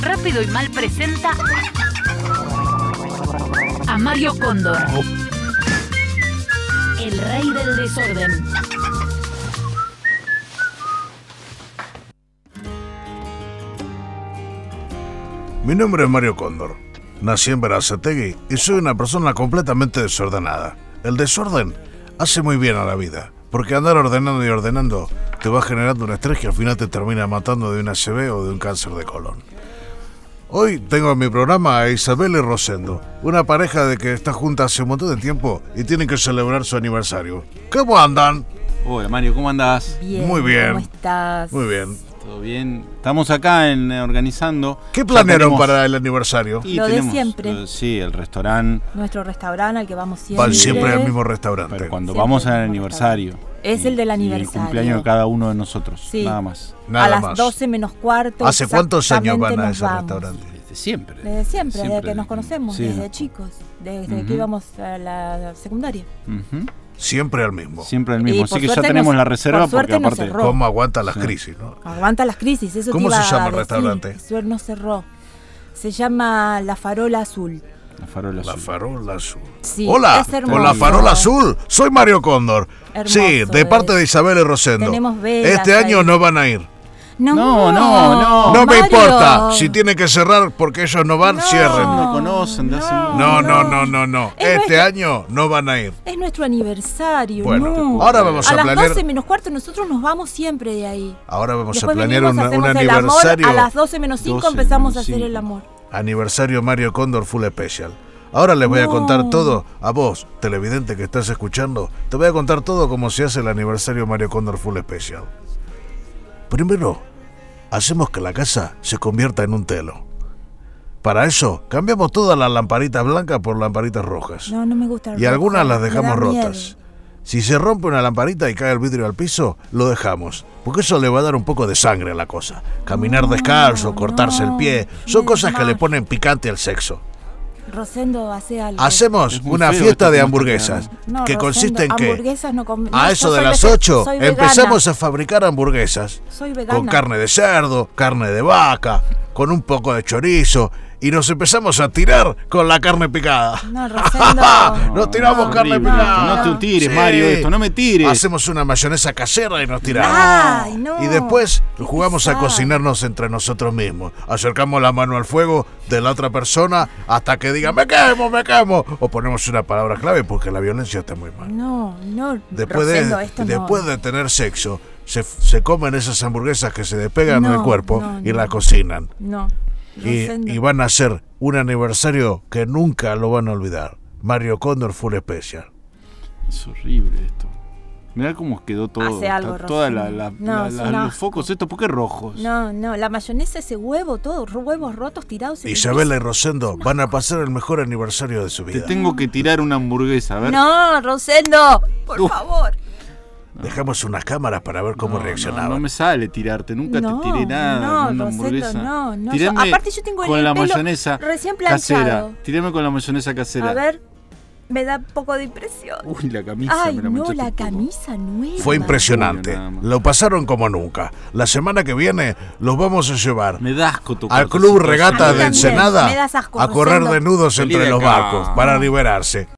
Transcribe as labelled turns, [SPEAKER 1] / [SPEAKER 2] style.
[SPEAKER 1] Rápido y Mal presenta a Mario Cóndor, el rey del desorden.
[SPEAKER 2] Mi nombre es Mario Cóndor. Nací en Verazategui y soy una persona completamente desordenada. El desorden hace muy bien a la vida, porque andar ordenando y ordenando te va generando un estrés que al final te termina matando de una ACV o de un cáncer de colon. Hoy tengo en mi programa a Isabel y Rosendo, una pareja de que está junta hace un montón de tiempo y tienen que celebrar su aniversario. ¿Cómo andan?
[SPEAKER 3] Hola Mario, ¿cómo andás?
[SPEAKER 4] Bien,
[SPEAKER 2] Muy bien.
[SPEAKER 4] ¿Cómo estás?
[SPEAKER 2] Muy bien.
[SPEAKER 3] ¿Todo bien? Estamos acá en, eh, organizando.
[SPEAKER 2] ¿Qué
[SPEAKER 3] Ya
[SPEAKER 2] planearon
[SPEAKER 3] tenemos-
[SPEAKER 2] para el aniversario?
[SPEAKER 3] Y
[SPEAKER 4] Lo de
[SPEAKER 3] tenemos,
[SPEAKER 4] siempre.
[SPEAKER 3] eh, sí, el restaurante,
[SPEAKER 4] Nuestro restaurante al que vamos siempre.
[SPEAKER 2] Van siempre al mismo restaurante.
[SPEAKER 3] pero cuando
[SPEAKER 4] Siempre
[SPEAKER 3] vamos al
[SPEAKER 4] tenemos
[SPEAKER 3] aniversario.
[SPEAKER 4] Es el del
[SPEAKER 3] y
[SPEAKER 4] aniversario.
[SPEAKER 3] el cumpleaños de cada uno de nosotros,
[SPEAKER 4] Sí.
[SPEAKER 3] nada más.
[SPEAKER 2] Nada
[SPEAKER 4] a las
[SPEAKER 2] más.
[SPEAKER 4] 12 menos cuarto.
[SPEAKER 2] ¿Hace cuántos años
[SPEAKER 4] Pues exactamente
[SPEAKER 2] van a
[SPEAKER 4] nos
[SPEAKER 2] ese
[SPEAKER 4] vamos.
[SPEAKER 2] restaurante?
[SPEAKER 3] Desde siempre.
[SPEAKER 4] Desde siempre, desde que nos conocemos,
[SPEAKER 3] Sí.
[SPEAKER 4] desde chicos, desde
[SPEAKER 3] Ujú.
[SPEAKER 4] que íbamos a la secundaria.
[SPEAKER 3] Ujú.
[SPEAKER 2] Siempre al mismo.
[SPEAKER 3] Siempre el
[SPEAKER 4] Y
[SPEAKER 3] mismo.
[SPEAKER 4] por
[SPEAKER 3] Así que ya
[SPEAKER 4] suerte
[SPEAKER 3] tenemos
[SPEAKER 4] nos-
[SPEAKER 3] la reserva
[SPEAKER 4] por
[SPEAKER 3] porque
[SPEAKER 4] suerte nos
[SPEAKER 3] aparte.
[SPEAKER 4] cerró.
[SPEAKER 2] ¿Cómo aguantan las crisis? no?
[SPEAKER 4] Aguanta las crisis, eso te
[SPEAKER 2] ¿Cómo
[SPEAKER 4] iba
[SPEAKER 2] se llama
[SPEAKER 4] a
[SPEAKER 2] el
[SPEAKER 4] decir.
[SPEAKER 2] restaurante?
[SPEAKER 4] Suer no cerró. Se llama La Farola Azul.
[SPEAKER 3] La farola
[SPEAKER 2] La
[SPEAKER 3] azul.
[SPEAKER 2] farola azul.
[SPEAKER 4] Sí,
[SPEAKER 2] Hola,
[SPEAKER 4] es
[SPEAKER 2] con la
[SPEAKER 4] hermoso.
[SPEAKER 2] farola azul, soy Mario Cóndor.
[SPEAKER 4] Hermoso
[SPEAKER 2] sí, de
[SPEAKER 4] es.
[SPEAKER 2] parte de Isabel y Rosendo.
[SPEAKER 4] Tenemos velas
[SPEAKER 2] este año
[SPEAKER 4] ahí.
[SPEAKER 2] no van a ir.
[SPEAKER 4] No,
[SPEAKER 3] No, no, no.
[SPEAKER 2] No me
[SPEAKER 4] Mario.
[SPEAKER 2] importa, si tienen que cerrar porque ellos no van,
[SPEAKER 4] No.
[SPEAKER 2] cierren.
[SPEAKER 3] No conocen de hace
[SPEAKER 4] No.
[SPEAKER 2] No, no, no, no, no.
[SPEAKER 4] Es
[SPEAKER 2] Este
[SPEAKER 4] nuestro-
[SPEAKER 2] año no van a ir.
[SPEAKER 4] Es nuestro aniversario.
[SPEAKER 2] Bueno,
[SPEAKER 4] no.
[SPEAKER 2] ahora vamos a
[SPEAKER 4] a
[SPEAKER 2] planear-
[SPEAKER 4] las 12 menos cuarto nosotros nos vamos siempre de ahí.
[SPEAKER 2] Ahora vamos
[SPEAKER 4] Después
[SPEAKER 2] a planear
[SPEAKER 4] venimos,
[SPEAKER 2] un, un
[SPEAKER 4] hacemos el amor,
[SPEAKER 2] aniversario.
[SPEAKER 4] a las 12 menos 5
[SPEAKER 3] 12
[SPEAKER 4] empezamos a
[SPEAKER 3] menos
[SPEAKER 4] hacer el
[SPEAKER 3] cinco.
[SPEAKER 4] amor.
[SPEAKER 2] Aniversario Mario Cóndor Full Special. Ahora les voy a contar
[SPEAKER 4] No.
[SPEAKER 2] todo, a vos, televidente que estás escuchando, te voy a contar todo como se hace el aniversario Mario Cóndor Full Special. Primero, hacemos que la casa se convierta en un telo. Para eso, cambiamos todas las lamparitas blancas por lamparitas rojas.
[SPEAKER 4] No, no me gusta. el
[SPEAKER 2] y
[SPEAKER 4] rojo,
[SPEAKER 2] algunas las
[SPEAKER 4] me
[SPEAKER 2] dejamos
[SPEAKER 4] da miedo.
[SPEAKER 2] rotas. Si se rompe una lamparita y cae el vidrio al piso, lo dejamos, porque eso le va a dar un poco de sangre a la cosa. Caminar
[SPEAKER 4] Ah, No,
[SPEAKER 2] descalzo, cortarse el
[SPEAKER 4] no,
[SPEAKER 2] pie,
[SPEAKER 4] me
[SPEAKER 2] son cosas que le
[SPEAKER 4] desmayo.
[SPEAKER 2] ponen picante al sexo.
[SPEAKER 4] Rosendo hace algo.
[SPEAKER 2] Hacemos
[SPEAKER 3] Es muy
[SPEAKER 2] una
[SPEAKER 3] feo este
[SPEAKER 2] fiesta de
[SPEAKER 3] esto que me
[SPEAKER 2] hamburguesas,
[SPEAKER 3] está
[SPEAKER 4] No,
[SPEAKER 2] que
[SPEAKER 4] Rosendo,
[SPEAKER 2] consiste en que
[SPEAKER 4] hamburguesas no com- no,
[SPEAKER 2] a
[SPEAKER 4] yo
[SPEAKER 2] eso de
[SPEAKER 4] soy
[SPEAKER 2] las
[SPEAKER 4] vege-
[SPEAKER 2] 8
[SPEAKER 4] soy
[SPEAKER 2] empezamos
[SPEAKER 4] vegana.
[SPEAKER 2] a fabricar hamburguesas
[SPEAKER 4] Soy vegana.
[SPEAKER 2] con carne de cerdo, carne de vaca, con un poco de chorizo y nos empezamos a tirar con la carne picada.
[SPEAKER 4] No, Rosendo.
[SPEAKER 2] Nos tiramos
[SPEAKER 3] no,
[SPEAKER 2] carne
[SPEAKER 3] horrible
[SPEAKER 2] picada.
[SPEAKER 3] esto. No te tires, Mario, esto, no me tires.
[SPEAKER 2] Hacemos una mayonesa casera y nos tiramos.
[SPEAKER 4] Ay, no.
[SPEAKER 2] Y después
[SPEAKER 4] Qué
[SPEAKER 2] jugamos a
[SPEAKER 4] pesado.
[SPEAKER 2] cocinarnos entre nosotros mismos. Acercamos la mano al fuego de la otra persona hasta que diga, me quemo, me quemo. O ponemos una palabra clave porque la violencia está muy mal.
[SPEAKER 4] No, no.
[SPEAKER 2] Después,
[SPEAKER 4] Rosendo,
[SPEAKER 2] de,
[SPEAKER 4] esto no.
[SPEAKER 2] después de tener sexo, se, se comen esas hamburguesas que se despegan del
[SPEAKER 4] No,
[SPEAKER 2] cuerpo
[SPEAKER 4] no,
[SPEAKER 2] y
[SPEAKER 4] no.
[SPEAKER 2] la cocinan.
[SPEAKER 4] No.
[SPEAKER 2] Y,
[SPEAKER 4] Rosendo.
[SPEAKER 2] y van a hacer un aniversario que nunca lo van a olvidar. Mario Cóndor Full Special.
[SPEAKER 3] Es horrible esto. Mirá cómo quedó todo.
[SPEAKER 4] Hace algo,
[SPEAKER 3] Está toda la-
[SPEAKER 4] Rosendo.
[SPEAKER 3] la-
[SPEAKER 4] No,
[SPEAKER 3] la-
[SPEAKER 4] es
[SPEAKER 3] la-
[SPEAKER 4] un
[SPEAKER 3] los
[SPEAKER 4] asco.
[SPEAKER 3] focos estos, ¿por qué rojos?
[SPEAKER 4] No, no, la mayonesa, ese huevo, todo, ro- huevos rotos tirados. en el
[SPEAKER 2] Isabela y
[SPEAKER 4] piso.
[SPEAKER 2] Rosendo van a pasar el mejor aniversario de su
[SPEAKER 3] Te
[SPEAKER 2] vida.
[SPEAKER 3] tengo que tirar una hamburguesa, a ver.
[SPEAKER 4] No, Rosendo, por
[SPEAKER 3] Uf.
[SPEAKER 4] favor.
[SPEAKER 2] Dejamos unas cámaras para ver cómo
[SPEAKER 3] No,
[SPEAKER 2] reaccionaban.
[SPEAKER 3] No, no me sale tirarte, nunca
[SPEAKER 4] No,
[SPEAKER 3] te tiré nada.
[SPEAKER 4] no,
[SPEAKER 3] una
[SPEAKER 4] Rosendo,
[SPEAKER 3] hamburguesa.
[SPEAKER 4] no, no, yo-
[SPEAKER 3] Tirame
[SPEAKER 4] aparte yo tengo el
[SPEAKER 3] con la
[SPEAKER 4] pelo
[SPEAKER 3] mayonesa
[SPEAKER 4] recién
[SPEAKER 3] casera.
[SPEAKER 4] planchado.
[SPEAKER 3] Tirame con la mayonesa casera.
[SPEAKER 4] A ver, me da un poco de impresión.
[SPEAKER 3] Uy, la camisa.
[SPEAKER 4] Ay,
[SPEAKER 3] me la
[SPEAKER 4] no,
[SPEAKER 3] manchaste
[SPEAKER 4] la
[SPEAKER 3] un poco.
[SPEAKER 4] camisa nueva.
[SPEAKER 2] Fue impresionante.
[SPEAKER 3] Obvio, nada más.
[SPEAKER 2] Lo pasaron como nunca. La semana que viene los vamos a llevar
[SPEAKER 3] Me das asco tocar
[SPEAKER 2] al
[SPEAKER 3] esas
[SPEAKER 2] Club
[SPEAKER 3] cosas.
[SPEAKER 4] A
[SPEAKER 2] Regata
[SPEAKER 4] mí
[SPEAKER 2] de
[SPEAKER 4] también,
[SPEAKER 2] Ensenada
[SPEAKER 4] me das asco,
[SPEAKER 2] a correr
[SPEAKER 4] Rosendo.
[SPEAKER 2] desnudos
[SPEAKER 3] Salí de
[SPEAKER 2] entre los
[SPEAKER 3] acá.
[SPEAKER 2] barcos para liberarse.